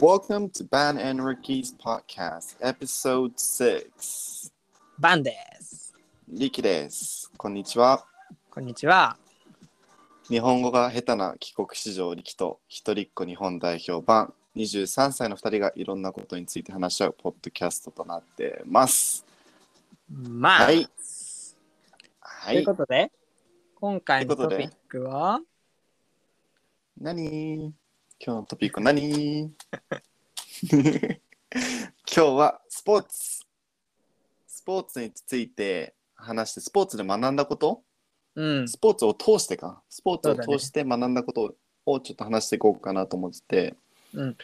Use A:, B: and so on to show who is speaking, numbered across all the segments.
A: Welcome to Ban and Ricky's podcast, episode 6.
B: バンです。
A: リキです。こんにちは。
B: こんにちは。
A: 日本語が下手な帰国子女リキと一人っ子日本代表バン23歳の2人がいろんなことについて話し合うポッドキャストとなってます。
B: まあ、
A: はい
B: と。
A: はいいう
B: ことで、今回の
A: という
B: ト
A: こと
B: ピ
A: で
B: ックは、
A: 何今日のトピック何 今日はスポーツ。スポーツについて話して、スポーツで学んだこと
B: うん、
A: スポーツを通してか、スポーツ
B: そうだね
A: を通して学んだことをちょっと話していこうかなと思ってて、
B: うん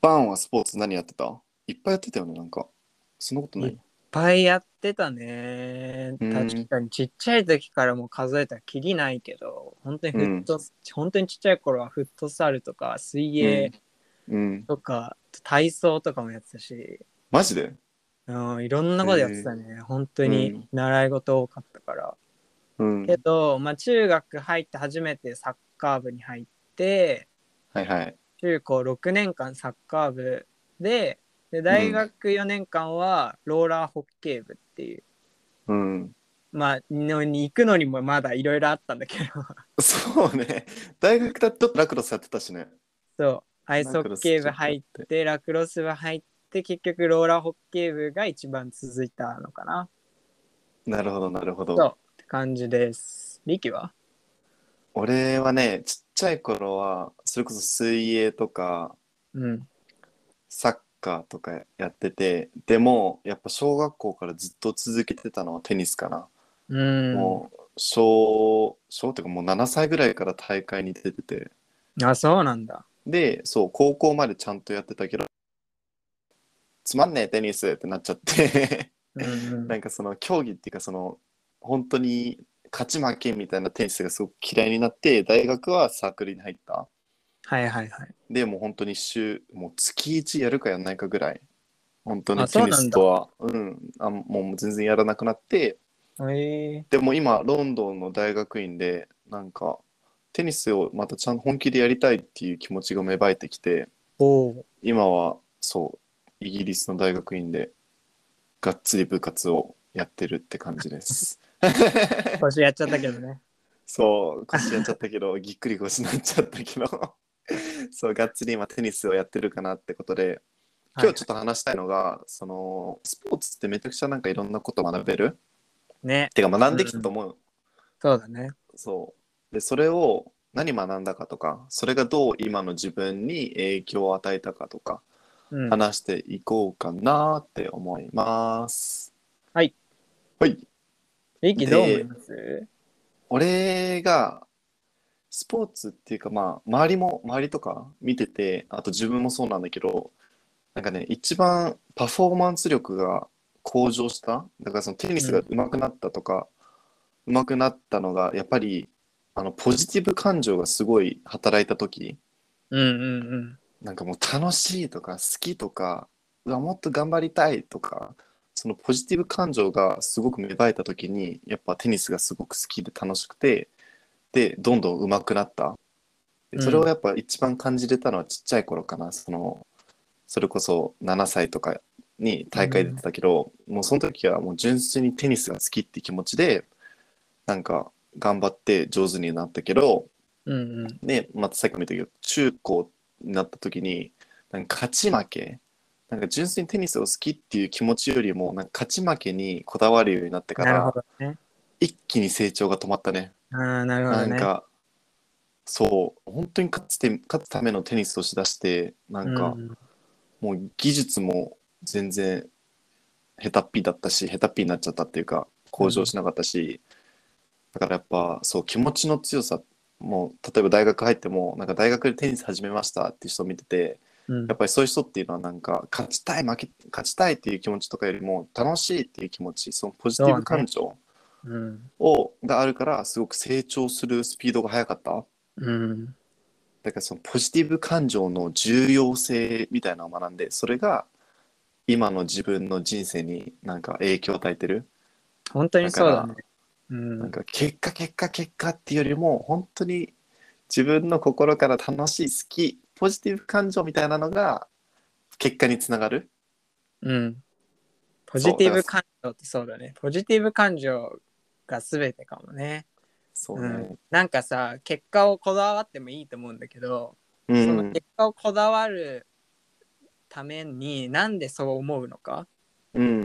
A: バンはスポーツ何やってたいっぱいやってたよね、なんか。そんなことない。
B: いいっぱいやってたね。
A: うん
B: 確かにちっちゃい時からもう数えたらきりないけど、本当にフット、本当にちっちゃい頃はフットサルとか水泳
A: うん。
B: とか、体操とかもやってたし、
A: マジで
B: うん、いろんなことやってたね。本当
A: う
B: に
A: ん
B: 習い事多かったから。
A: うん。は
B: けど、まあ中学入って初めてサッカー部に入って、
A: いはい。
B: 中高6年間サッカー部でで大学4年間はローラーホッケー部っていう、
A: うん。
B: まあのに行くのにもまだいろいろあったんだけど
A: そうね。大学だってちょっとラクロスやってたしね。
B: そうアイスホッケー部入ってラクロス部入って結局ローラーホッケー部が一番続いたのかな
A: なるほど、なるほど。
B: そうって感じですリキは
A: 俺はね、ちっちゃい頃は、それこそ水泳とか、
B: うん
A: サッカーとかやってて、でも、やっぱ小学校からずっと続けてたのはテニスかな。
B: う
A: もう小小っていうかもう7歳ぐらいから大会に出てて
B: んあそうなんだ
A: でそう高校までちゃんとやってたけどつまんねえテニスってなっちゃって
B: うん
A: なんかその競技っていうかその本当に勝ち負けみたいなテニスがすごく嫌いになって大学はサークルに入った
B: はいはいはい
A: でもう本当に週もう月1やるかやらないかぐらい本当に
B: あ
A: テ
B: そう
A: ニ
B: なんだ
A: スとはうんあもう全然やらなくなって
B: え
A: でも今ロンドンの大学院でなんかテニスをまたちゃんと本気でやりたいっていう気持ちが芽生えてきて
B: ー、おう
A: 今はそうイギリスの大学院でがっつり部活をやってるって感じです
B: 腰やっちゃったけどね
A: そう腰やっちゃったけどぎっくり腰になっちゃったけど そうがっつり今テニスをやってるかなってことで今日ちょっと話したいのが、そのスポーツってめちゃくちゃなんかいろんなこと学べる
B: ね
A: てか学んできたと思う、
B: そうだね
A: そう。で、それを何学んだかとか、それがどう今の自分に影響を与えたかとか、
B: うん
A: 話していこうかなって思います。
B: はい。
A: はい。
B: リキどう思います
A: 俺が、スポーツっていうか、まあ、周りも、周りとか見てて、あと自分もそうなんだけど、なんかね、一番パフォーマンス力が向上した、だからそのテニスが上手くなったとか、上手くなったのが、やっぱり、あの、ポジティブ感情がすごい働いた時、
B: うんうんうん。
A: なんかもう楽しいとか好きとか、うわ、もっと頑張りたいとか、そのポジティブ感情がすごく芽生えた時に、やっぱテニスがすごく好きで楽しくて、で、どんどん上手くなった。でそれをやっぱ一番感じれたのはちっちゃい頃かな。その、それこそ7歳とかに大会出てたけど、もうその時はもう純粋にテニスが好きって気持ちで、なんか頑張って上手になったけど、
B: うんうん。
A: ね、またさっきも言ったけど中高になった時になんか勝ち負けなんか純粋にテニスを好きっていう気持ちよりもなんか勝ち負けにこだわるようになってか
B: なるほ
A: ら
B: どね。
A: 一気に成長が止まったね。
B: ああ、なるほ
A: な
B: ど
A: ん
B: ね。
A: かそう本当に勝つて勝つためのテニスをしだしてなんか
B: うん
A: もう技術も全然下手っぴだったし下手っぴになっちゃったっていうか向上しなかったし、だからやっぱそう気持ちの強さもう例えば大学入ってもなんか大学でテニス始めましたっていう人を見てて
B: うん
A: やっぱりそういう人っていうのはなんか勝ちたい負け勝ちたいっていう気持ちとかよりも楽しいっていう気持ちそのポジティブ感情
B: うん。
A: を、があるからすごく成長するスピードが速かった。
B: うん。
A: だからそのポジティブ感情の重要性みたいなのを学んでそれが今の自分の人生になんか影響を与えてる、
B: 本当にそうだね
A: だ。
B: う
A: なん
B: ん。
A: か結果結果結果っていうよりも本当に自分の心から楽しい好きポジティブ感情みたいなのが結果につながる
B: うん。ポジティブ感情ってそうだね。ポジティブ感情が全てかもね。
A: そう
B: う
A: ね
B: ん、なんかさ、結果をこだわってもいいと思うんだけど、
A: うん
B: その結果をこだわるためになんでそう思うのか
A: うん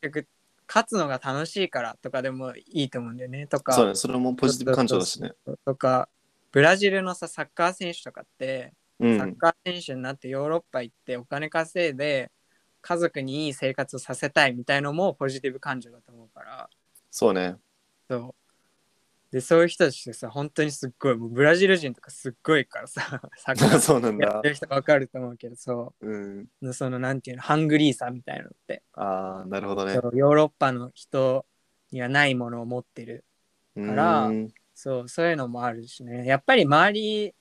B: 結局勝つのが楽しいからとかでもいいと思うんだよねとか
A: そうねそれもポジティブ感情だしね
B: とかブラジルのさサッカー選手とかって、
A: う
B: サッ
A: ん
B: カー選手になってヨーロッパ行ってお金稼いで家族にいい生活をさせたいみたいのもポジティブ感情だと思うから
A: そうね
B: そうでそういう人たちってさ本当にすっごいもうブラジル人とかすっご いからさサッカー
A: そうなん
B: や
A: だ
B: ってる人わかると思うけどそ
A: うん
B: うそのなんていうのハングリーさみたいなのって、
A: ああなるほどね
B: そうヨーロッパの人にはないものを持ってるから
A: うん
B: そう、そういうのもあるしね。やっぱり周り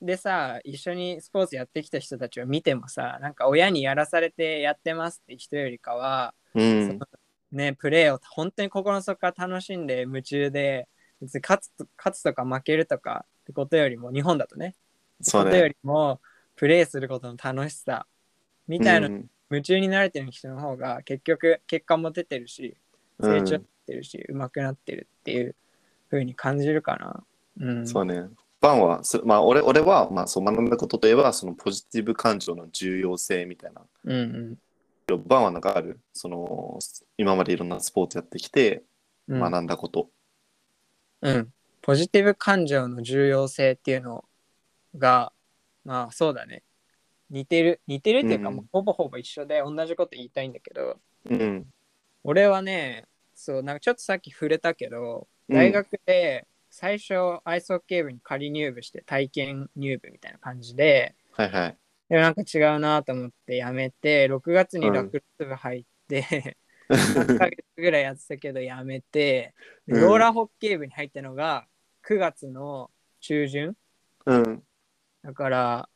B: でさ、一緒にスポーツやってきた人たちを見てもさ、なんか親にやらされてやってますって人よりかは、
A: うん
B: ね、プレーを本当に心の底から楽しんで夢中で、別に勝つと勝つとか負けるとかってことよりも、日本だとね、
A: そう
B: ことよ
A: ね
B: りも、プレーすることの楽しさみたいな、
A: うん
B: 夢中になれてる人の方が、結局、結果も出てるし、
A: う
B: 成
A: ん
B: 長してるし、上手くなってるっていう風に感じるかな。うん、
A: そうね。バンは、そまあ、俺俺は、まあ、そう学んだことといえば、そのポジティブ感情の重要性みたいな。
B: うんうん
A: バンはなんかある、その、今までいろんなスポーツやってきて、
B: うん
A: 学んだこと。
B: うん、ポジティブ感情の重要性っていうのがまあそうだね似てる似てるっていうか、
A: うん
B: もうほぼほぼ一緒で同じこと言いたいんだけど
A: うん。
B: 俺はねそうなんかちょっとさっき触れたけど
A: うん
B: 大学で最初アイスホッケー部に仮入部して体験入部みたいな感じで
A: はいはい。
B: でもなんか違うなと思ってやめて6月にラクロス部入って、3ヶ月ぐらいやってたけどやめて、で
A: うん
B: ローラーホッケー部に入ったのが9月の中旬
A: うん。
B: だから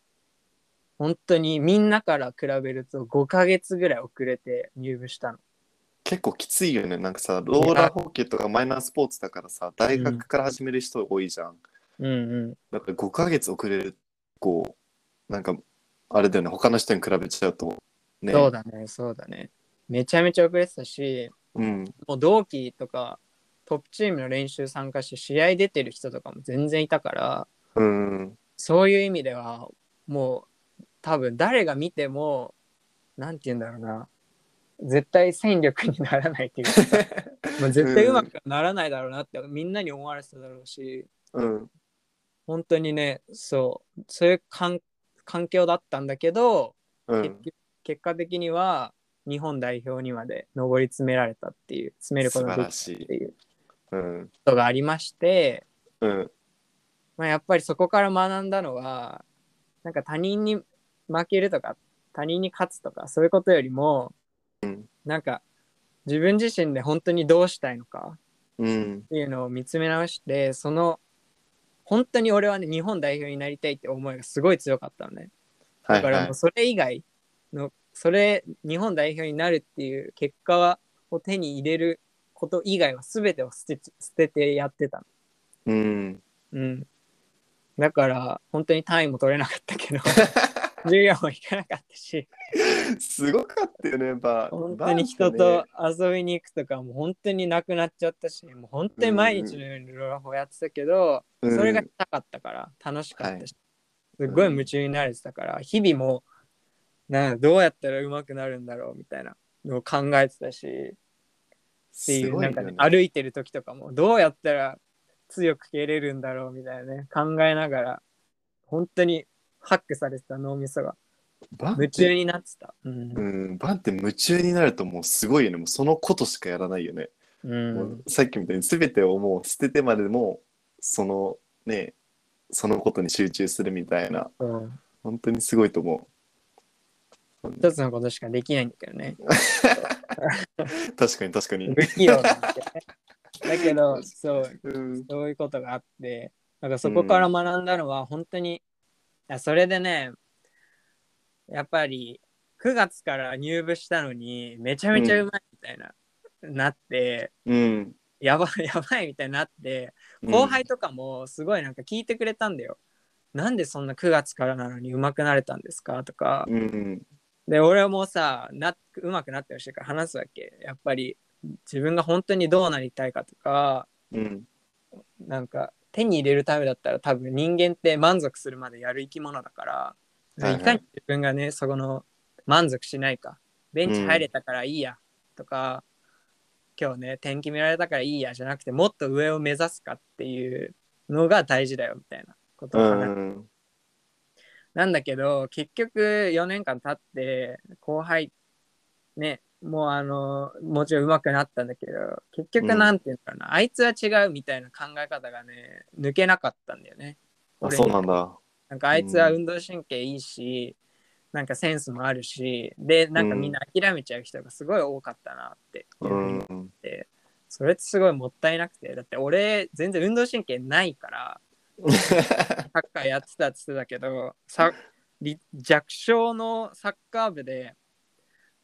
B: 本当にみんなから比べると5ヶ月ぐらい遅れて入部したの
A: 結構きついよね。なんかさ、ローラーホッケーとかマイナースポーツだからさ、大学から始める人多いじゃん。
B: うんうん
A: だから5ヶ月遅れる、こう、なんか、あれだよね、他の人に比べちゃうと。ね。
B: そうだねそうだねめちゃめちゃ遅れてたし
A: うん。
B: もう同期とかトップチームの練習参加して試合出てる人とかも全然いたから
A: うん。
B: そういう意味ではもう多分誰が見てもなんて言うんだろうな絶対戦力にならないっていう かさもう絶対うまくならないだろうなってみんなに思われてただろうし
A: うん。
B: 本当にねそうそういう環環境だったんだけど、
A: う
B: 結
A: ん。
B: 局結果的には日本代表にまで上り詰められたっていう詰めるこ
A: 素
B: とが
A: 晴
B: で
A: ら
B: き
A: した
B: っ
A: い
B: て。いうこ
A: うん。
B: とがありまして
A: うん。
B: まあ、やっぱりそこから学んだのはなんか他人に負けるとか他人に勝つとかそういうことよりも、
A: うん
B: なんか自分自身で本当にどうしたいのか
A: うん
B: っ。ていうのを見つめ直してその本当に俺はね日本代表になりたいって思いがすごい強かったのね
A: は
B: だ
A: い
B: か
A: は
B: ら
A: い
B: もう。それ以外のそれ日本代表になるっていう結果はを手に入れること以外は全てを捨て捨ててやってた
A: う
B: の
A: ん。
B: うん。だから、本当に単位も取れなかっ たけど、授業も行かなかったし、
A: すごかったよね、バー。
B: 本当に人と遊びに行くとか、もう本当になくなっちゃったし、もう本当に毎日のようにロラホやってたけど、
A: バーね、
B: それが
A: うん
B: したかったから、楽しかったし、
A: い
B: すっごい夢中になれてたから、日々も、なんかどうやったら上手くなるんだろうみたいなのを考えてたし、ってい
A: す
B: う、
A: ご
B: ないん
A: よ
B: か
A: ね
B: ね、歩いてる時とかも、どうやったら強く蹴れるんだろうみたいなね、考えながら、本当にハックされてた脳みそが、
A: バンって
B: 夢中になってた。うん
A: う。ん、バンって夢中になるともうすごいよね。もうそのことしかやらないよね。
B: うん。
A: もうさっきみたいに全てをもう捨ててまでも、そのね、そのことに集中するみたいな、
B: そう
A: 本当にすごいと思
B: 一つのことしかできないんだけどね。
A: う。確かに確かに。
B: 不器用なんだけどね。 だけど、そう、
A: うん、
B: そういうことがあって、なんかそこから学んだのは本当に、あそれでね、やっぱり9月から入部したのにめちゃめちゃうまいみたいな、なって、
A: うん。
B: やばいやばいみたいになって、後輩とかもすごいなんか聞いてくれたんだよ。なんでそんな9月からなのに上手くなれたんですかとか
A: うんうん
B: で俺もさな上手くなってほしいから話すわけやっぱり自分が本当にどうなりたいかとか
A: うん
B: なんか手に入れるためだったら多分人間って満足するまでやる生き物だか
A: は
B: ら
A: いはい
B: いかに自分がねそこの満足しないかベンチ入れたからいいやとか、今日ね天気見られたからいいやじゃなくてもっと上を目指すかっていうのが大事だよみたいなことを
A: う
B: 話して
A: ん
B: なんだけど結局4年間経って後輩ねもうあのもちろん上手くなったんだけど結局なんていうのかな、あいつは違うみたいな考え方がね抜けなかったんだよね。
A: あ
B: 俺
A: そうなんだ
B: なんかあいつは運動神経いいし、なんかセンスもあるしでなんかみんな諦めちゃう人がすごい多かったなって、
A: うん
B: それってすごいもったいなくてだって俺全然運動神経な いからサッカーやってたっつってたけどさり弱小のサッカー部で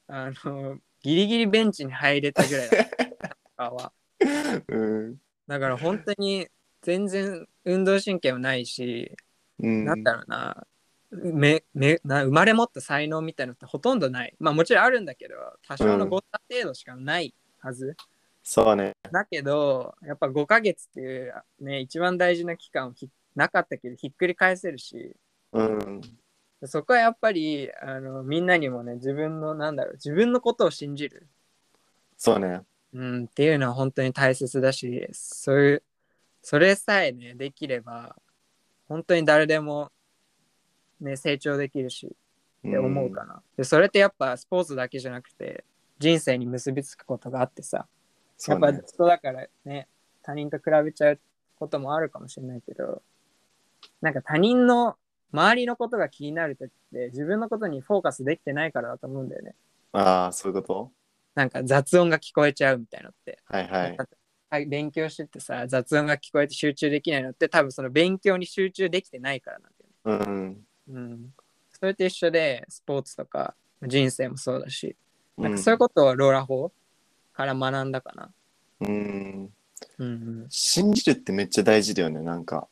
B: あのギリギリベンチに入れたぐらいだったサッカーは
A: うん
B: だから本当に全然運動神経もないし、
A: うん
B: なんだろうなめめな生まれ持った才能みたいなのってほとんどないまあもちろんあるんだけど多少の誤差程度しかないはず、
A: そうね
B: だけどやっぱ5ヶ月っていうね一番大事な期間をひなかったけどひっくり返せるし
A: うん
B: そこはやっぱりあのみんなにもね自分のなんだろう自分のことを信じる、
A: そうね
B: うん、っていうのは本当に大切だしそういうそれさえねできれば本当に誰でも、ね、成長できるしって思うかな、でそれってやっぱスポーツだけじゃなくて人生に結びつくことがあってさ
A: そ
B: や
A: う
B: っ
A: ね
B: ぱ人だからね他人と比べちゃうこともあるかもしれないけどなんか他人の周りのことが気になる時って自分のことにフォーカスできてないからだと思うんだよね
A: ああそういうこと
B: なんか雑音が聞こえちゃうみたいなのって、
A: はいはい
B: はい、勉強しててさ雑音が聞こえて集中できないのって多分その勉強に集中できてないからなんだよね
A: うん
B: うんそれと一緒でスポーツとか人生もそうだし
A: う
B: なんか
A: ん
B: そういうことをローラ法から学んだかな
A: うん
B: うん
A: 信じるってめっちゃ大事だよねなんか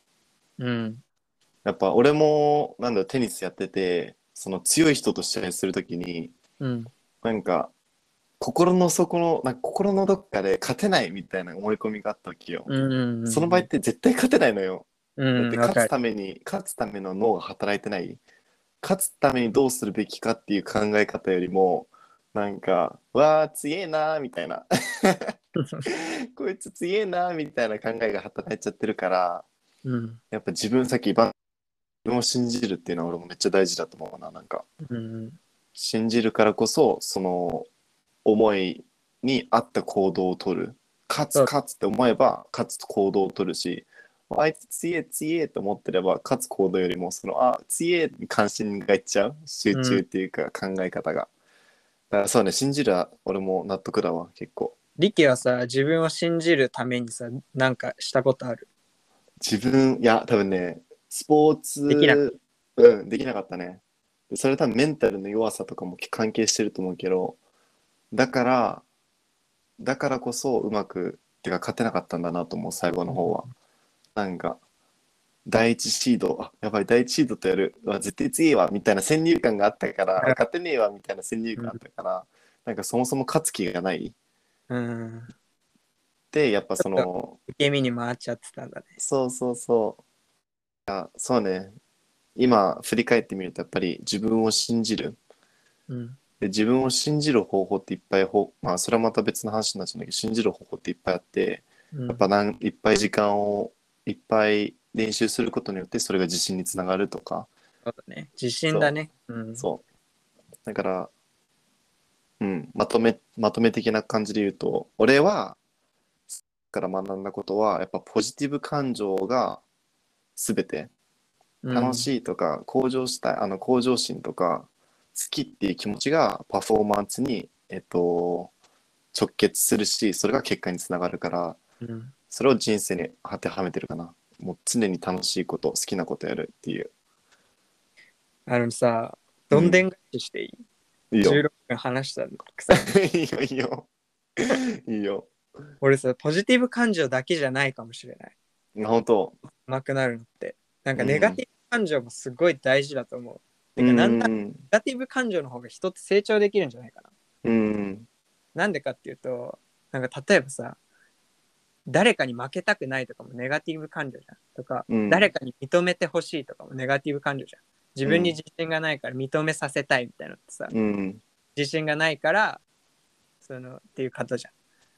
B: うんうん
A: やっぱ俺もなんだろうテニスやっててその強い人と試合するときに
B: うん
A: なんか心の底のなんか心のどっかで勝てないみたいな思い込みがあったわけよ、
B: うんうんうん
A: その場合って絶対勝てないのよ、
B: う
A: だっ
B: ん、
A: て
B: わか
A: 勝つ
B: る。
A: ために勝つための脳が働いてない勝つためにどうするべきかっていう考え方よりもなんか「わあ強えな」みたいな こいつ強えなみたいな考えが働いちゃってるから
B: うん。
A: やっぱ自分さっきば自分を信じるっていうのは俺もめっちゃ大事だと思うななんか
B: うん。
A: 信じるからこそその思いに合った行動を取る勝つ
B: そう
A: 勝つって思えば勝つ行動を取るしあいつ強え強えと思ってれば勝つ行動よりもそのあ強えに関心がいっちゃう集中っていうか考え方が、だからそうね信じるは俺も納得だわ結構
B: リキはさ、自分を信じるためにさ、なんかしたことある。
A: 自分いや多分ねスポーツ
B: できなか
A: うん、できなかったねでそれ多分メンタルの弱さとかも関係してると思うけどだからだからこそうまくてか勝てなかったんだなと思う最後の方はなんか第一シードあやばい第一シードとやるうわ絶対強いわみたいな先入観があったから
B: うん
A: 勝てねえわみたいな先入観あったからなんかそもそも勝つ気がない
B: うん。
A: でやっぱそ
B: ち
A: の
B: 受け身に回っちゃってたんだね。
A: そうそうそう。あ、そうね。今振り返ってみるとやっぱり自分を信じる。
B: うん。
A: で、自分を信じる方法っていっぱいほ、まあそれはまた別の話になっちゃうんだけど、信じる方法っていっぱいあって、
B: うん
A: やっぱなんいっぱい時間をいっぱい練習することによってそれが自信につながるとか、
B: そうだね。自信だね。うん。
A: そう。だから、うん、まとめ、まとめ的な感じで言うと、俺は、から学んだことは、やっぱポジティブ感情が全て。
B: うん。
A: 楽
B: い。
A: しいとか向上したいあの向上心とか好きっていう気持ちがパフォーマンスに、えっと、直結するしそれが結果につながるから
B: うん。
A: それを人生に当てはめてるかなもう常に楽しいこと好きなことやるっていう
B: あのさ、どんでん返ししていい、
A: いいよ
B: ?16 分話したの。さ
A: い いよいいよいいよ
B: 俺さ、ポジティブ感情だけじゃないかもしれない。
A: 本当
B: うまくなるのって。なんか
A: うん
B: ネガティブ感情もすごい大事だと思う。てかなんなら
A: うん
B: ネガティブ感情の方が人って成長できるんじゃないかな。
A: うん
B: なんでかっていうと、なんか例えばさ、誰かに負けたくないとかもネガティブ感情じゃん。とか、
A: うん
B: 誰かに認めてほしいとかもネガティブ感情じゃん。自分に自信がないから認めさせたいみたいなのってさ、
A: うん
B: 自信がないから、その、っていう方じ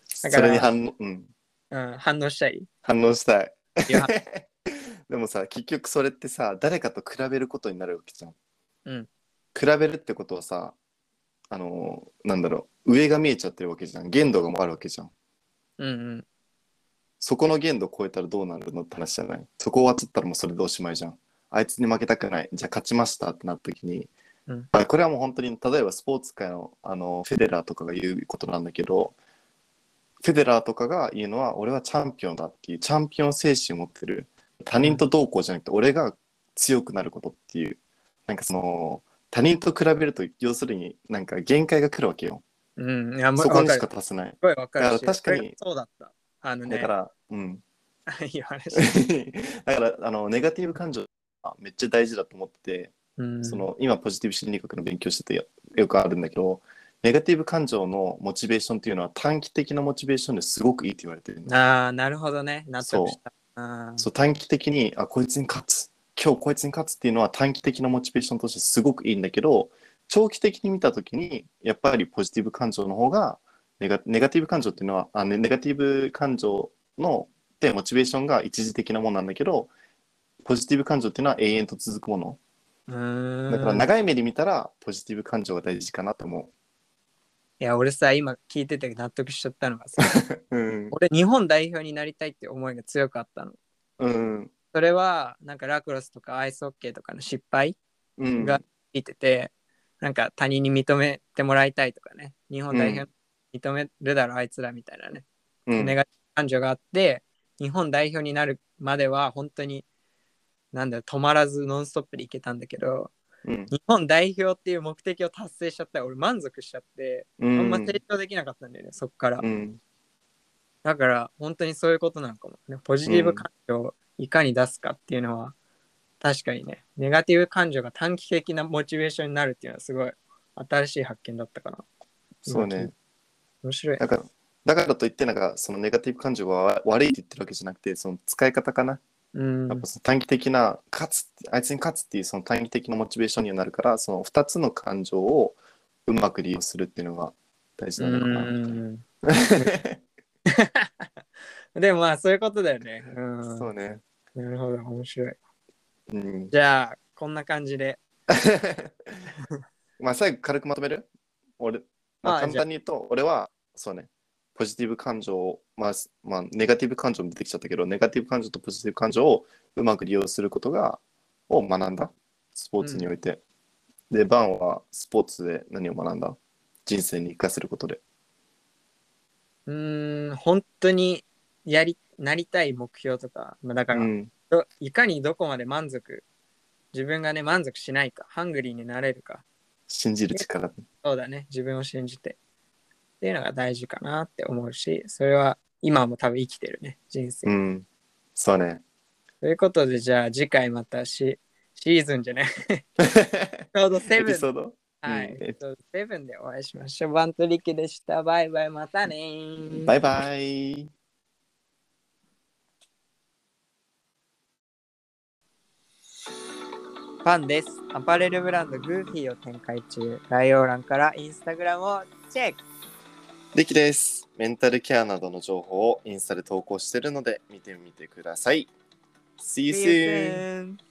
A: そ
B: だから
A: れに反応、うん、
B: ゃん。うん、反応したい。
A: 反応したい
B: いや
A: でもさ結局それってさ誰かと比べることになるわけじゃん、
B: うん
A: 比べるってことはさあのなんだろう上が見えちゃってるわけじゃん限度があるわけじゃん
B: うんうん。
A: そこの限度を超えたらどうなるのって話じゃないそこ終わっちゃったらもうそれでおしまいじゃんあいつに負けたくないじゃあ勝ちましたってなった時に、
B: うん
A: まあこれはもう本当に例えばスポーツ界のあのフェデラーとかが言うことなんだけどフェデラーとかが言うのは俺はチャンピオンだっていうチャンピオン精神を持ってる他人とどうこうじゃなくて俺が強くなることっていうなんかその他人と比べると要するになんか限界が来るわけよ
B: うん、いや、ま
A: そこ
B: わ
A: に
B: か
A: し
B: る。
A: か
B: す
A: 達せない
B: ごいわかるし。
A: だから確かに
B: それそうだった。あの
A: だ
B: ね
A: か、ら、うん
B: いい話。
A: だからあのネガティブ感情はめっちゃ大事だと思って
B: うん
A: てその今ポジティブ心理学の勉強しててよよくあるんだけどネガティブ感情のモチベーションっていうのは短期的なモチベーションですごくいいって言われてるんだ
B: ああ、なるほどね。納得した。あー
A: そう短期的にあこいつに勝つ今日こいつに勝つっていうのは短期的なモチベーションとしてすごくいいんだけど長期的に見た時にやっぱりポジティブ感情の方がネガネガティブ感情っていうのはあネネガティブ感情のでモチベーションが一時的なものなんだけどポジティブ感情っていうのは永遠と続くもの
B: うーん
A: だから長い目で見たらポジティブ感情が大事かなと思
B: いや俺さ今聞いてて納得しちゃったのがさ
A: ううん
B: 俺日本代表になりたいって思いが強かったの
A: うん
B: それはなんかラクロスとかアイスホッケーとかの失敗
A: うん
B: が見てて、なんか他人に認めてもらいたいとかね日本代表認めるだろ、あいつらみたいなね、
A: うん
B: ネガティブ感情があって日本代表になるまでは本当になんだろう止まらずノンストップでいけたんだけど
A: うん
B: 日本代表っていう目的を達成しちゃったら俺満足しちゃって、
A: うん
B: あんま成長できなかったんだよねそっから、
A: うん
B: だから本当にそういうことなのかも、ね、ポジティブ感情をいかに出すかっていうのは、確かにねネガティブ感情が短期的なモチベーションになるっていうのはすごい新しい発見だったかな
A: そうね
B: 面白い
A: だからだからといってなんかそのネガティブ感情が悪いって言ってるわけじゃなくてその使い方かな、
B: うん
A: やっぱその短期的な勝つあいつに勝つっていうその短期的なモチベーションにはなるからその2つの感情をうまく利用するっていうのが大事なのかな、
B: うんでもまあそういうことだよねう ん
A: そうね
B: なるほど面白い
A: うん
B: じゃあこんな感じで
A: まあ最後軽くまとめる俺、ま
B: あ
A: あ、簡単に言うと俺はそうねポジティブ感情を、まあすまあ、ネガティブ感情も出てきちゃったけどネガティブ感情とポジティブ感情をうまく利用することがを学んだスポーツにおいて、でバンはスポーツで何を学んだ人生に生かせることで
B: うーん本当にやりなりたい目標とか、まあ、だ
A: う
B: から、
A: ん
B: どいかにどこまで満足自分がね満足しないかハングリーになれるか
A: 信じる力
B: そうだね自分を信じてっていうのが大事かなって思うしそれは今も多分生きてるね人生、
A: うんそうね
B: ということでじゃあ次回またしシーズンじ ゃないちょうどセ
A: エ
B: ブ
A: ピ
B: ン
A: ソード
B: はい、
A: うん
B: エピソードセブンでお会いしましょうバントリキでしたバイバイまたねー
A: バイバイ
B: ファンです。アパレルブランドグーフィーを展開中。概要欄からインスタグラムをチェック
A: リキです。メンタルケアなどの情報をインスタで投稿しているので見てみてください。See you soon!
B: See you soon.